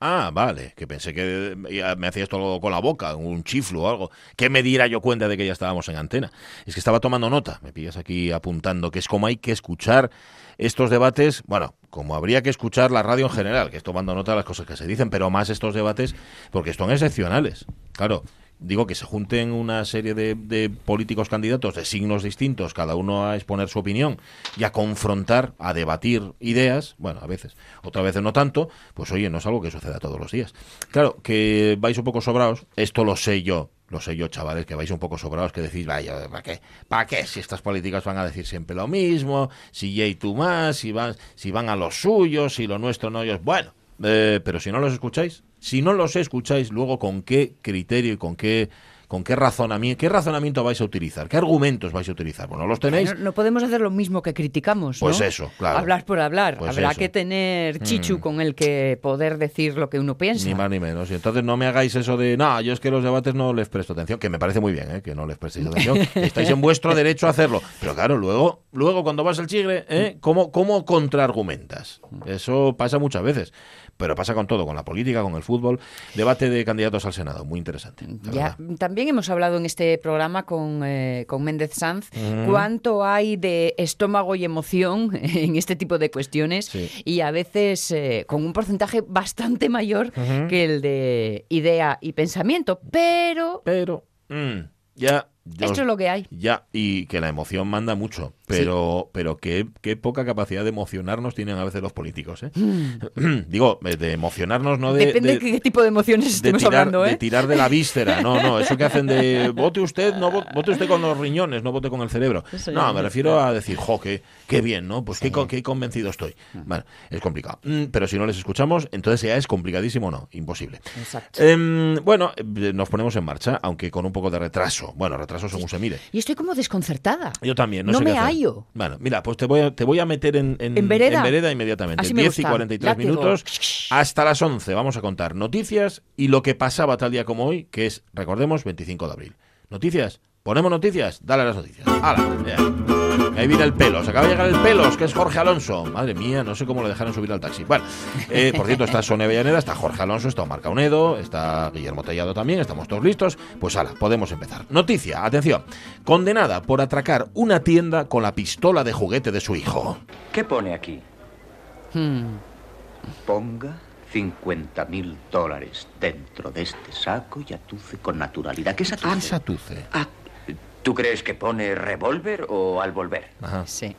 Ah, vale, que pensé que eh, me hacía esto con la boca, un chiflo o algo. Que me diera yo cuenta de que ya estábamos en antena. Es que estaba tomando nota, me pillas aquí apuntando, que es como hay que escuchar estos debates, bueno, como habría que escuchar la radio en general, que es tomando nota de las cosas que se dicen, pero más estos debates, porque son excepcionales. Claro, digo que se junten una serie de, de, políticos candidatos de signos distintos, cada uno a exponer su opinión y a confrontar, a debatir ideas, bueno, a veces, otras veces no tanto, pues oye, no es algo que suceda todos los días. Claro, que vais un poco sobrados, esto lo sé yo, lo sé yo, chavales, que vais un poco sobrados, que decís, vaya, ¿para qué? ¿Para qué? Si estas políticas van a decir siempre lo mismo, si Jay tú más, si van, si van a los suyos, si lo nuestro no ellos, bueno, eh, pero si no los escucháis, si no los escucháis, luego con qué criterio y con qué con qué razonamiento, qué razonamiento vais a utilizar, qué argumentos vais a utilizar. Bueno, los tenéis. No, no podemos hacer lo mismo que criticamos. Pues ¿no? eso, claro. Hablar por hablar. Pues Habrá eso. que tener chichu Mm. con el que poder decir lo que uno piensa. Ni más ni menos. Y entonces no me hagáis eso de, no, yo es que los debates no les presto atención, que me parece muy bien, ¿eh? que no les prestéis atención. Estáis en vuestro derecho a hacerlo. Pero claro, luego, luego cuando vas al chigre, ¿eh? ¿Cómo, ¿cómo contraargumentas? Eso pasa muchas veces. Pero pasa con todo, con la política, con el fútbol. Debate de candidatos al Senado, muy interesante. la Ya, verdad. también hemos hablado en este programa con, eh, con Méndez Sanz cuánto hay de estómago y emoción en este tipo de cuestiones Sí. y a veces eh, con un porcentaje bastante mayor que el de idea y pensamiento. Pero Pero, mm, ya. yo- esto es lo que hay. Ya, y que la emoción manda mucho, pero, pero qué, qué poca capacidad de emocionarnos tienen a veces los políticos, ¿eh? Digo, eh, de emocionarnos, no de... Mm. Depende de- de qué tipo de emociones de estemos tirar, hablando, de ¿eh? tirar de la víscera, no, no, eso que hacen de vote usted, no vo- vote usted con los riñones, no vote con el cerebro. Eso ya No, me no. refiero a decir, jo, qué, qué bien, ¿no? Pues qué, co- qué convencido estoy. Mm. Bueno, es complicado. Mm, Pero si no les escuchamos, entonces ya es complicadísimo, no, imposible. Exacto. Em, bueno, eh, nos ponemos en marcha, aunque con un poco de retraso. Bueno, retraso según se mire. Y estoy como desconcertada. Yo también, no, No sé me qué hacer. hallo. Bueno, mira, pues te voy a, te voy a meter en, ¿En vereda? inmediatamente. Así me 10 y gusta. 43 Látigo. minutos hasta las 11. Vamos a contar noticias y lo que pasaba tal día como hoy, que es, recordemos, 25 de abril. ¿Noticias? ¿Ponemos noticias? Dale a las noticias. ¡Hala! ya. Ahí viene el pelos, acaba de llegar el pelos, que es Jorge Alonso. Madre mía, no sé cómo lo dejaron subir al taxi. Bueno, eh, por cierto, está Sonia Villaneda, está Jorge Alonso, está Omar Caunedo, está Guillermo Tellado también, estamos todos listos. Pues ala, podemos empezar. Noticia, atención. Condenada por atracar una tienda con la pistola de juguete de su hijo. ¿Qué pone aquí? Hmm. Ponga 50 mil dólares dentro de este saco y atuce con naturalidad. ¿Qué es atuce? Satuce. Ah, ¿Tú crees que pone revólver o al volver? Ajá. Sí.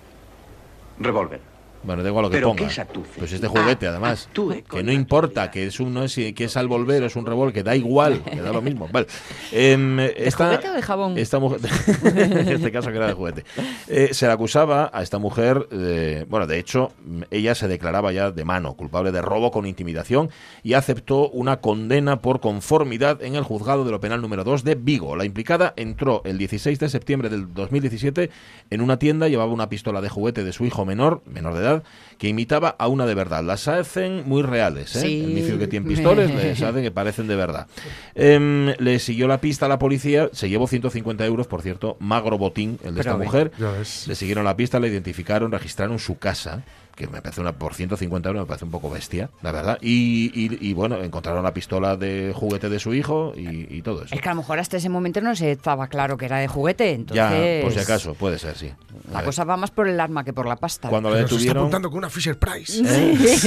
Revólver. Bueno, da igual lo que ¿Pero ponga. qué es atuce? Pues este juguete, Ah, además. actúe que con no importa, naturalidad. que es un, no es, que es al volver, es un revólver, que da igual, que da lo mismo. Vale. Em, esta, juguete o de jabón? Esta mujer, en este caso que era de juguete. Eh, se le acusaba a esta mujer, eh, bueno, de hecho, mm, ella se declaraba ya de mano, culpable de robo con intimidación y aceptó una condena por conformidad en el juzgado de lo penal número 2 de Vigo. La implicada entró el 16 de septiembre del 2017 en una tienda, llevaba una pistola de juguete de su hijo menor, menor de edad, que imitaba a una de verdad. Las hacen muy reales, ¿eh? Sí. El vicio que tienen pistoles les hace que parecen de verdad. Em, le siguió la pista a la policía, se llevó 150 euros, por cierto, magro botín, el de esta Pero, mujer. Ya ves. Le siguieron la pista, le identificaron, registraron su casa, que me parece una por 150 euros, me parece un poco bestia, la verdad. Y, y- y, bueno, encontraron la pistola de juguete de su hijo y, y todo eso. Es que a lo mejor hasta ese momento no se estaba claro que era de juguete, Ya, entonces... por si acaso, puede ser, sí. La cosa va más por el arma que por la pasta. Cuando la Pero se está detuvieron. apuntando con una Fisher Eh, Price.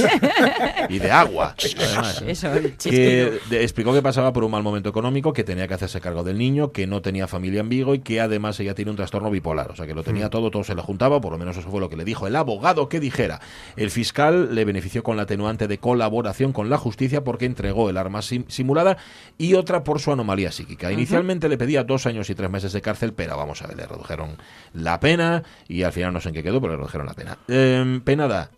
Y de agua. además, ¿eh? Eso, el chiste. que de- explicó que pasaba por un mal momento económico, que tenía que hacerse cargo del niño, que no tenía familia en Vigo y que además ella tiene un trastorno bipolar. O sea, que lo tenía todo, todo se le juntaba, por lo menos eso fue lo que le dijo el abogado que dijera. El fiscal le benefició con la atenuante de colaboración con la justicia porque entregó el arma sim- simulada y otra por su anomalía psíquica. Inicialmente le pedía dos años y tres meses de cárcel, pero vamos a ver, le redujeron la pena y al final no sé en qué quedó, pero le redujeron la pena. Eh, penada.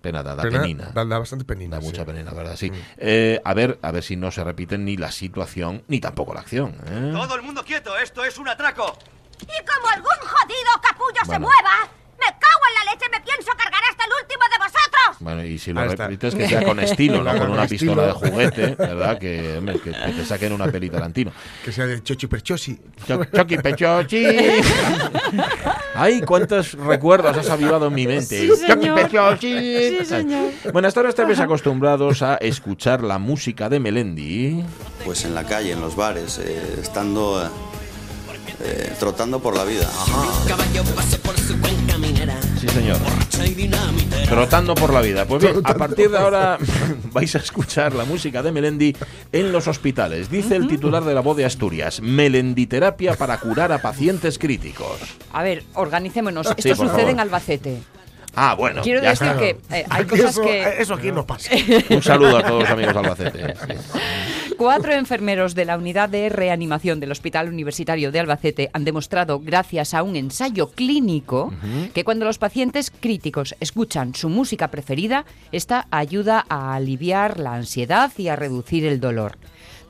Penada, da Pena- penina. Da, da bastante penina. Da sí. mucha pena, la verdad, sí. Eh, a ver, a ver si no se repiten ni la situación ni tampoco la acción. ¿eh? Todo el mundo quieto, esto es un atraco. Y como algún jodido capullo se Bueno. mueva, me cago en la leche, me pienso cargar hasta el último de vosotros. Bueno, y si lo Ahí está. repites que sea con estilo, no Claro, con con una pistola de estilo. juguete, ¿verdad? Que, hombre, que, que te saquen una peli Tarantino. Que sea de Chochi Perchosi. Cho- Choqui Pechochi. Ay, cuántos recuerdos has avivado en mi mente. Sí, Yo señor. que empezó, sí. Sí, señor. Bueno, hasta ahora estáis acostumbrados a escuchar la música de Melendi. pues en la calle, en los bares, eh, estando eh, eh, trotando por la vida. Sí, señor. Trotando por la vida. Pues bien, a partir de ahora vais a escuchar la música de Melendi en los hospitales. Dice el titular de la voz de Asturias, Melenditerapia para curar a pacientes críticos. A ver, organicémonos. Sí, Esto por sucede en favor. Albacete. Ah, bueno. Quiero ya decir está. que eh, hay cosas eso, que... eso aquí no pasa. Un saludo a todos los amigos de Albacete. eh, Sí. Cuatro enfermeros de la unidad de reanimación del Hospital Universitario de Albacete han demostrado, gracias a un ensayo clínico, que cuando los pacientes críticos escuchan su música preferida, esta ayuda a aliviar la ansiedad y a reducir el dolor.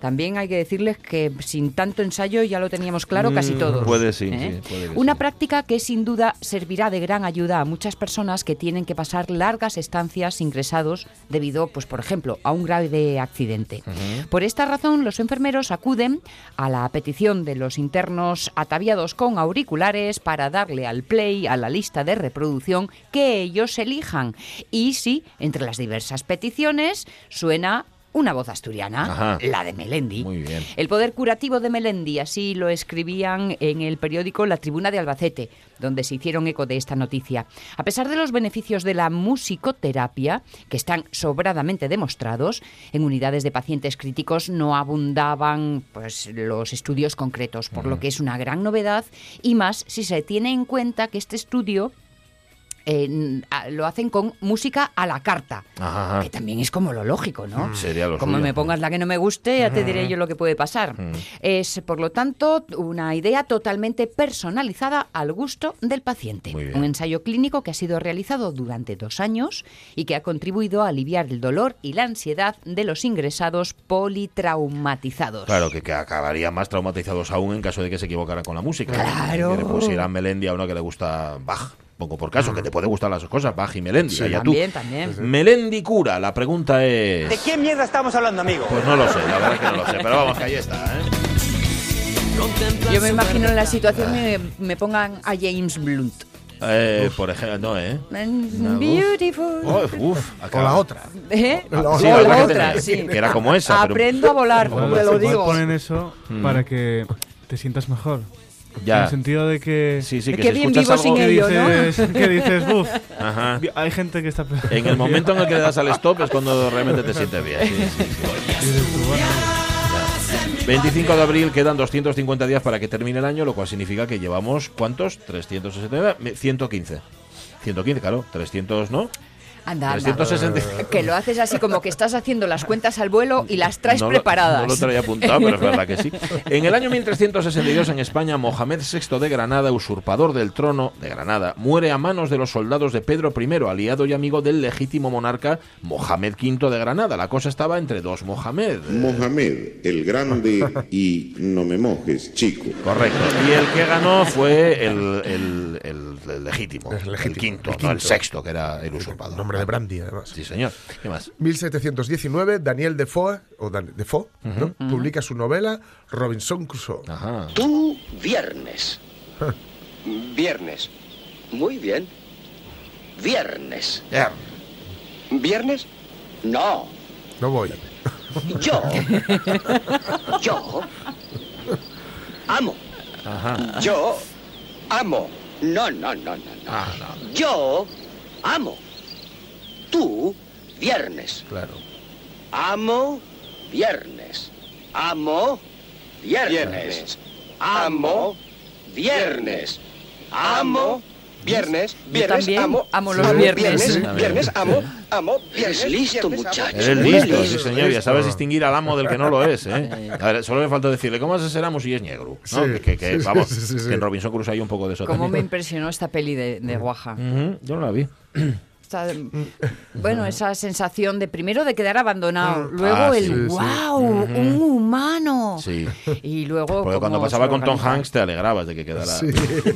También hay que decirles que sin tanto ensayo ya lo teníamos claro casi Mm, todos. puede sí, sí, puede que Una sí. práctica que sin duda servirá de gran ayuda a muchas personas que tienen que pasar largas estancias ingresados debido, pues por ejemplo, a un grave accidente. Por esta razón, los enfermeros acuden a la petición de los internos ataviados con auriculares para darle al play a la lista de reproducción que ellos elijan. Y sí, entre las diversas peticiones suena una voz asturiana, Ajá. la de Melendi. Muy bien. El poder curativo de Melendi, así lo escribían en el periódico La Tribuna de Albacete, donde se hicieron eco de esta noticia. A pesar de los beneficios de la musicoterapia, que están sobradamente demostrados, en unidades de pacientes críticos no abundaban pues, los estudios concretos, por lo que es una gran novedad, y más si se tiene en cuenta que este estudio eh, n- a- lo hacen con música a la carta. Ajá, ajá. Que también es como lo lógico, ¿no? Mm, sería lo como suyo. me pongas la que no me guste, ya te diré yo lo que puede pasar. Es, por lo tanto, una idea totalmente personalizada al gusto del paciente. Muy bien. Un ensayo clínico que ha sido realizado durante dos años y que ha contribuido a aliviar el dolor y la ansiedad de los ingresados politraumatizados. Claro, que, que acabarían más traumatizados aún en caso de que se equivocaran con la música. Claro. Que le pusieran Melendi a uno que le gusta Bach. Pongo por caso, que te puede gustar las dos cosas, Bach y Melendi. allá tú. También, también. Melendi cura, la pregunta es... ¿De qué mierda estamos hablando, amigo? Pues no lo sé, la verdad es que no lo sé, pero vamos, que ahí está, ¿eh? Yo me imagino en la situación me, me pongan a James Blunt. Eh, por ejemplo, no, ¿eh? Beautiful. Oh, uf, O la otra. ¿Eh? La Sí, otra. O la la que otra, tenía, sí. que era como esa, pero- pues Aprendo a volar, te lo digo. Ponen eso para que te sientas mejor. En Mm. Ya. el sentido de que. Sí, sí, Es que que si bien escuchas vivo algo... sin que ello, ¿no? dices, que dices, "Buf, Ajá. Hay gente que está. peor". En el momento en el que le das al stop es cuando realmente te sientes bien. sí, sí, sí. 25 de abril quedan 250 días para que termine el año, lo cual significa que llevamos ¿cuántos? 360, me- 115. 115, claro, 300 no. Anda, anda. 360. Que lo haces así como que estás haciendo las cuentas al vuelo y las traes No lo- preparadas. no lo traía apuntado, pero es verdad que sí. En el año 1362 en España, Mohamed VI de Granada, usurpador del trono de Granada, muere a manos de los soldados de Pedro I, aliado y amigo del legítimo monarca Mohamed V de Granada. La cosa estaba entre dos Mohamed. Mohamed el Grande y no me mojes, chico. Correcto. Y el que ganó fue el, el- el- el legítimo. El legítimo, quinto, el no el quinto. sexto, que era el El usurpador. nombre de Brandy, además. Sí, señor. ¿Qué más? 1719, Daniel Defoe, o Dan- Defoe, ¿no? publica su novela Robinson Crusoe. Ajá. Tú viernes. Viernes. Muy bien. Viernes. Ya. ¿Viernes? No. No voy. Yo. Yo. Amo. Ajá. Yo. Amo. No, no, no, no, no. Ah, no, Yo. Amo. Tú. Viernes. claro. Amo. Viernes. Amo. Viernes. Amo. Viernes. Amo. Viernes. Yo Viernes. también Amo. amo los viernes. Sí. Viernes. Amo. Amo. Viernes. listo, Eres muchacho. listo, listo, sí, señor. Ya listo. sabes distinguir al amo del que no lo es, ¿eh? A ver, solo le falta decirle, ¿cómo haces ser amo si es negro? ¿No? Sí, que, que- que, sí, vamos, sí, sí, sí. que en Robinson Crusoe hay un poco de eso Cómo me también. impresionó esta peli de, de Guaja. Ujú, yo no la vi. Esta- bueno, esa sensación de primero de quedar abandonado, luego Ah, el sí, sí. wow, un humano. Sí. Y luego Porque cómo cuando pasaba se con Tom organiza. Hanks te alegrabas de que quedara Sí.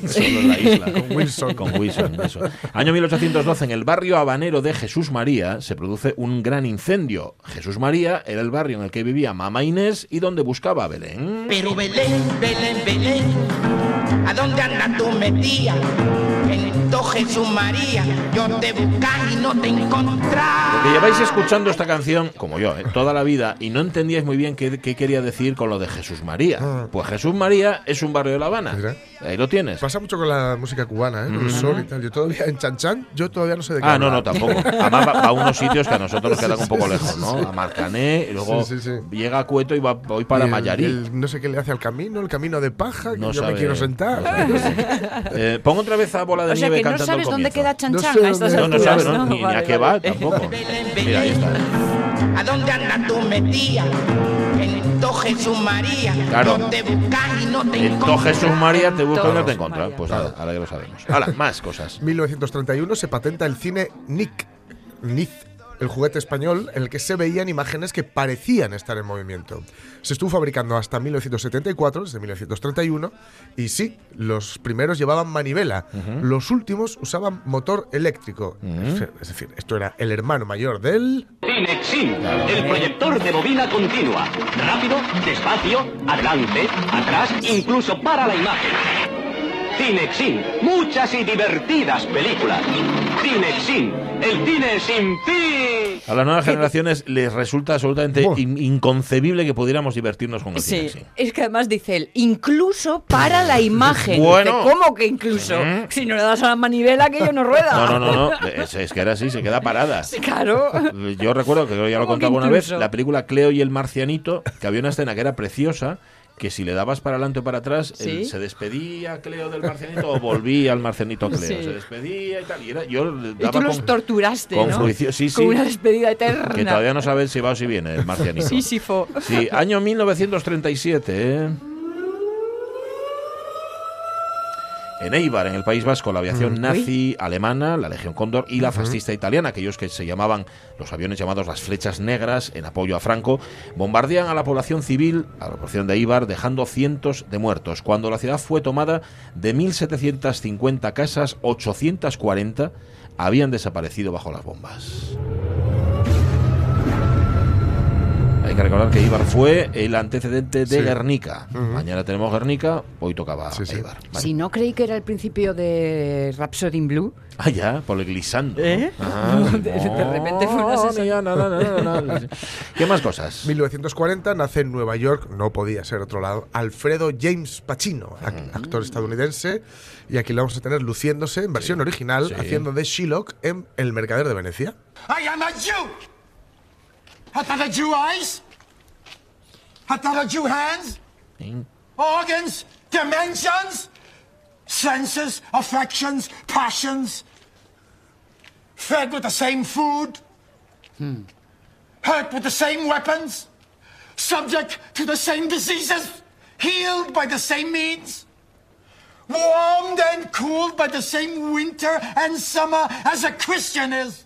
solo en la isla. Con Wilson. Con Wilson, eso. Año 1812, en el barrio habanero de Jesús María se produce un gran incendio. Jesús María era el barrio en el que vivía mamá Inés y donde buscaba a Belén. Pero Belén, Belén, Belén, ¿A dónde andas tú metida? Bendito Jesús María, yo te buscaba y no te encontraba. Que lleváis escuchando esta canción, como yo, ¿eh? toda la vida, y no entendíais muy bien qué, qué quería decir con lo de Jesús María. Ah. Pues Jesús María es un barrio de La Habana. Mira. Ahí lo tienes. Pasa mucho con la música cubana, ¿eh? Con el sol y tal. Yo todavía en Chan Chan, yo todavía no sé de qué. Ah, no, no, hablar. tampoco. Además va, va a unos sitios que a nosotros nos Sí, quedan un sí, poco sí, lejos, sí, ¿no? sí. A Marcané, y luego Sí, sí, sí. llega a Cueto y va, voy para Y el- Mayarí. el no sé qué le hace al camino, el camino de paja, que No yo sabe- me quiero no sabe. sentar. Eh, pongo otra vez a Bola de O sea Nieve que no cantando sabes el dónde queda comienzo. Chan No Chan sé a estas dónde- No, no alturas, sabes ¿no? ni, ni a Vale, qué va vale. tampoco. Mira, ahí está. ¿A dónde andas tú metida? Bendito Jesús María, Claro. yo te buscaba y no te Entonces encontraba. Jesús María te busca y no te Entonces, encuentra. María. Pues nada, ahora ya lo sabemos. Ahora, más cosas. 1931 se patenta el cine Nick, Niz, el juguete español en el que se veían imágenes que parecían estar en movimiento. Se estuvo fabricando hasta 1974, desde 1931, y sí, los primeros llevaban manivela, los últimos usaban motor eléctrico. Es decir, esto era el hermano mayor del... Cinexin, el proyector de bobina continua. Rápido, despacio, adelante, atrás, incluso para la imagen. Cinexin, muchas y divertidas películas. Cinexin, el cine sin fin. A las nuevas generaciones les resulta absolutamente Buah. in- inconcebible que pudiéramos divertirnos con el cine Sí, así. es que además dice él, incluso para la imagen. Bueno. Dice, ¿Cómo que incluso? Ujú. Si no le das a la manivela, que yo no rueda. No, no, no, no. Es, es que era así, se queda parada. Claro. Yo recuerdo que ya lo he ¿Cómo que contado alguna vez, incluso? la película Cleo y el marcianito, que había una escena que era preciosa, que si le dabas para adelante o para atrás, Sí. él se despedía Cleo del marcianito o volvía al marcianito Cleo, Sí. se despedía y tal. Y era- yo le Y daba tú los con- torturaste, con ¿no? fruición, sí, sí. Con una despedida eterna. que todavía no saben si va o si viene el marcianito. Sísifo. Sí, año 1937, ¿eh? En Eibar, en el País Vasco, la Mm, aviación nazi alemana, la Legión Cóndor y la fascista italiana, aquellos que se llamaban los aviones llamados las flechas negras en apoyo a Franco, bombardean a la población civil, a la población de Eibar, dejando cientos de muertos. Cuando la ciudad fue tomada, de 1.750 casas, 840 habían desaparecido bajo las bombas. Hay que recordar que Ibar fue el antecedente de Sí. Guernica. Mañana tenemos Guernica, hoy tocaba Sí, sí. Eibar. Vale. Si no creí que era el principio de Rhapsody in Blue, Ah, ya, por el glisando. ¿Eh? Ah, De- de repente fue una no, sesión. mira, na, na, na, na, na. ¿Qué más cosas? 1940 nace en Nueva York, no podía ser otro lado, Alfredo James Pacino, ac- actor estadounidense, y aquí lo vamos a tener luciéndose en versión original, haciendo de Shylock en El Mercader de Venecia. I am a Jew. Hat that a Jew eyes? Hat that a Jew hands? Organs? Dimensions? Senses? Affections? Passions? Fed with the same food? Hurt with the same weapons? Subject to the same diseases? Healed by the same means? Warmed and cooled by the same winter and summer as a Christian is?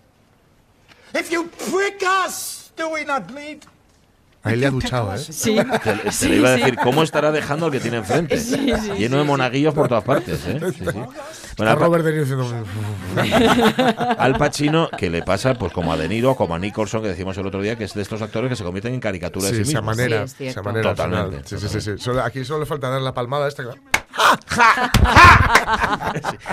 If you prick us, do we not meet? Ahí le ha duchado, ¿eh? sí. Te, te Sí, le iba a sí. decir, ¿cómo estará dejando al que tiene enfrente? Sí, sí, Lleno de sí, monaguillos por todas partes. ¿eh? Sí, sí. Bueno, Está al, Robert De Niro diciendo, Pa- al Pacino, que le pasa pues como a De Niro, como a Nicholson, que decimos el otro día, que es de estos actores que se convierten en caricatura Sí, de sí se mismos. amanera, Sí, es se amanera al final. Totalmente, Sí, sí, sí, sí. Solo- aquí solo le falta dar la palmada a este, esta. que-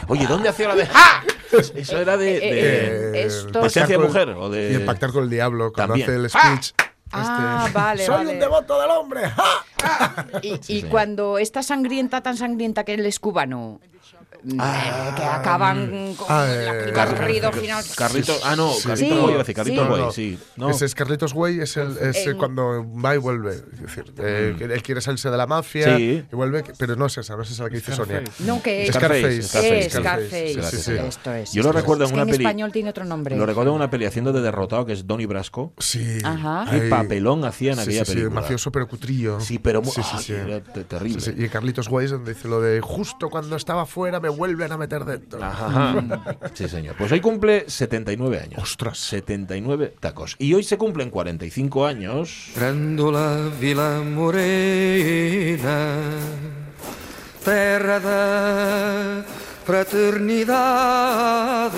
Oye, ¿dónde hacía la de ¡Ah! Eso era de... de- Eh, eh, Esto- Presencia de pactar con el- ¿Pues mujer, o de- Y el pactar con el diablo cuando También. hace el speech. Ah, este, vale, Soy vale. un devoto del hombre. ¡Ja! Y, y cuando esta sangrienta, tan sangrienta que él es cubano, Ah, eh, que acaban mm. con ah, la- eh, el corrido final. Carrito, ah, no, Sí. Carrito Sí. Boy, iba a decir, Carrito Sí. Boy, No, no. sí. No. Ese es Carlitos Güey, es, el, es En- cuando va y vuelve. Es decir, eh, que él quiere salirse de la mafia Mm. Sí. y vuelve, que- pero no es esa, no es esa la que dice Sonia. Scarface. No, que Scarface, Scarface. Scarface, Es Scarface. Sí, sí, sí. Esto es. Yo lo esto es. recuerdo en Es que una peli- En español tiene otro nombre. Lo recuerdo en una peli haciendo de derrotado, que es Donny Brasco. Sí. Ajá. Qué Ay. papelón hacía en Sí, aquella sí, sí, película. mafioso pero cutrillo. Sí, pero mu- Sí, sí, ay, sí. era te- terrible. Sí, sí, Y Carlitos Güey es donde dice lo de justo cuando estaba fuera me vuelven a meter dentro. Ah, Ajá. Sí, señor. Pues hoy cumple 79 años. Ostras. 79 tacos. Y hoy se cumplen 45 años. Grândola Vila Morena Terra da fraternidad.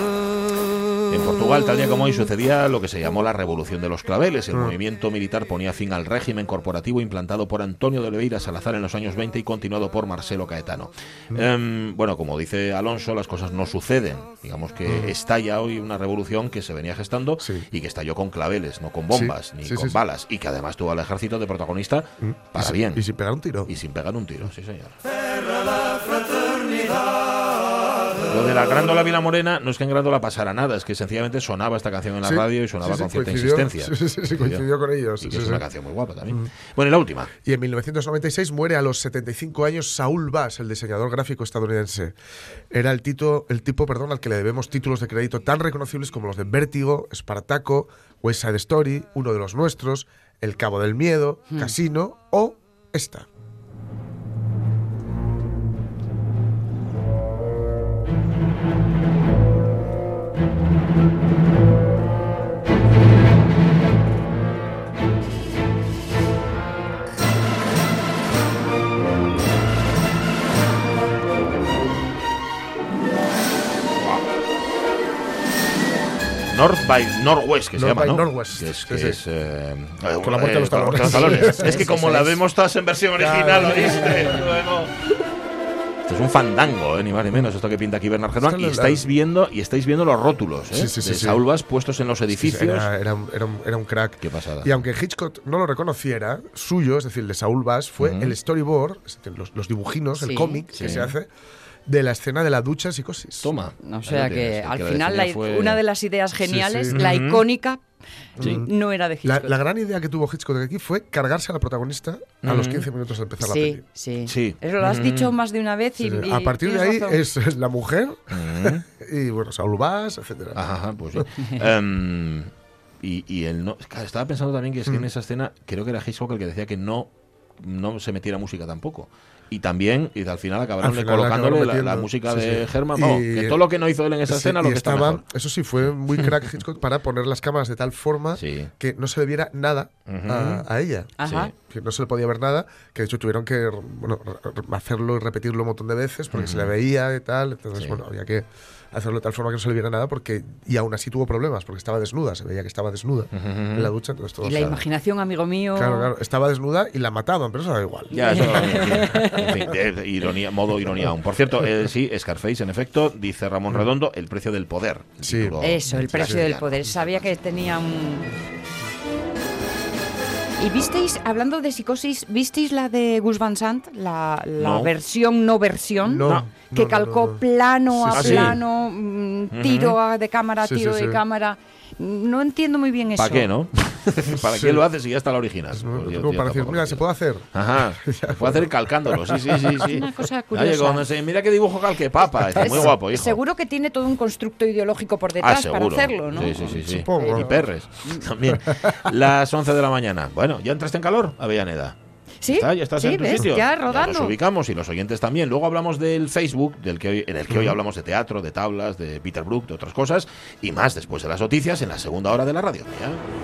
En Portugal, tal día como hoy, sucedía lo que se llamó la Revolución de los Claveles. El Mm. movimiento militar ponía fin al régimen corporativo implantado por Antonio de Oliveira Salazar en los años 20 y continuado por Marcelo Caetano. Mm. Em, bueno, como dice Alonso, las cosas no suceden. Digamos Mm. que estalla hoy una revolución que se venía gestando y que estalló con claveles, no con bombas Sí, ni sí, con sí, sí. balas. Y que además tuvo al ejército de protagonista para si- bien. y sin pegar un tiro. Y sin pegar un tiro, sí, señor. Lo de la Grándola Vila Morena no es que en Grándola pasara nada, es que sencillamente sonaba esta canción en la Sí, radio y sonaba sí, sí, con cierta coincidió. insistencia. Sí, sí, sí, coincidió con ellos. Y que Sí, es sí. Mm. una canción muy guapa también. Bueno, y la última. Y en 1996 muere a los 75 años Saul Bass, el diseñador gráfico estadounidense. Era el, tito- el tipo perdón, al que le debemos títulos de crédito tan reconocibles como los de Vértigo, Espartaco, West Side Story, Uno de los Nuestros, El Cabo del Miedo, Hmm. Casino o esta. North by Northwest, que se llama, North by ¿no? Northwest. Que es, que Sí, sí. es, eh, Con la muerte de los eh, con talones. Sí, es que sí, como sí, la sí. vemos todas en versión original, Claro. ¿oíste? Luego- Esto es un fandango, ¿eh? ni más ni menos, esto que pinta aquí Bernard Germán. Esto Y lo- estáis viendo, y estáis viendo los rótulos ¿eh? Sí, sí, sí, de sí. Saul Bass puestos en los edificios. Era, era un, era un- era un crack. Qué pasada. Y aunque Hitchcock no lo reconociera, suyo, es decir, el de Saul Bass, fue Ujú. el storyboard, es decir, los, los dibujinos, Sí. el cómic Sí. que se hace, de la escena de la ducha en psicosis. Toma. O sea que al final la i- una de las ideas geniales, sí. la Ujú. icónica, Sí. no era de La, Hitchcock. la gran idea que tuvo Hitchcock aquí fue cargarse a la protagonista a los Ujú. 15 minutos de empezar la Mm. sí, peli. sí, Eso lo has Mm. dicho más de una vez y, Sí, sí. y a partir de tienes ahí razón. es, es la mujer y bueno, Saul Bass, etc. Ajá, ajá, pues sí. Em, y, y él no. claro, estaba pensando también que es que en Mm. esa escena creo que era Hitchcock el que decía que no, no se metiera música tampoco. Y también, y al final acabaron Al le final la acabaron colocándole la, la metiendo. música Sí, de sí. Germán. Y- Vamos, que todo lo que no hizo él en esa Sí, escena, lo y que está estaba- mejor. Eso sí, fue muy crack Hitchcock para poner las cámaras de tal forma Sí. que no se le viera nada Ujú. a, a ella. Ajá. Sí. Que no se le podía ver nada, que de hecho tuvieron que bueno, re- re- hacerlo y repetirlo un montón de veces porque se le veía y tal. Entonces, bueno, había que hacerlo de tal forma que no se le viera nada porque y aún así tuvo problemas porque estaba desnuda, se veía que estaba desnuda en la ducha. Entonces, todo Y la se- imaginación, amigo mío. Claro, claro, estaba desnuda y la mataban, pero eso da igual. Ya, eso, en fin, eh, ironía, modo ironía aún. Por cierto, eh, sí, Scarface, en efecto, dice Ramón Mm. Redondo, el precio del poder. el título Eso, el precio del castellano. poder. Sabía que tenía un... ¿Y visteis, hablando de psicosis, visteis la de Gus Van Sant? La, la No. versión no versión. No. No, Que no, calcó no, no. plano Sí, a sí. plano, mm, Ujú. tiro a- de cámara, Sí, tiro sí, de sí. cámara. No entiendo muy bien eso. ¿Para qué, no? ¿Para Sí. qué lo haces si ya está la original? Es muy- Pues yo- como yo para decir, tampoco mira, lo se puede hacer. Ajá, se puede hacer calcándolo, sí, sí, sí. sí. Es una cosa Oye, curiosa. cuando se- mira qué dibujo calque, papa, está Es- muy guapo, hijo. Seguro que tiene todo un constructo ideológico por Ah, detrás para seguro. hacerlo, ¿no? Sí, sí, sí. sí. Supongo. Y perres, también. Las 11 de la mañana. Bueno, ¿ya entraste en calor, Avellaneda? Sí, ¿Está? ¿Ya estás sí, en tu ves, sitio? ya nos rodando. ubicamos y los oyentes también. Luego hablamos del Facebook, del que hoy, en el que hoy hablamos de teatro, de tablas, de Peter Brook, de otras cosas. Y más después de las noticias en la segunda hora de la radio. Mira.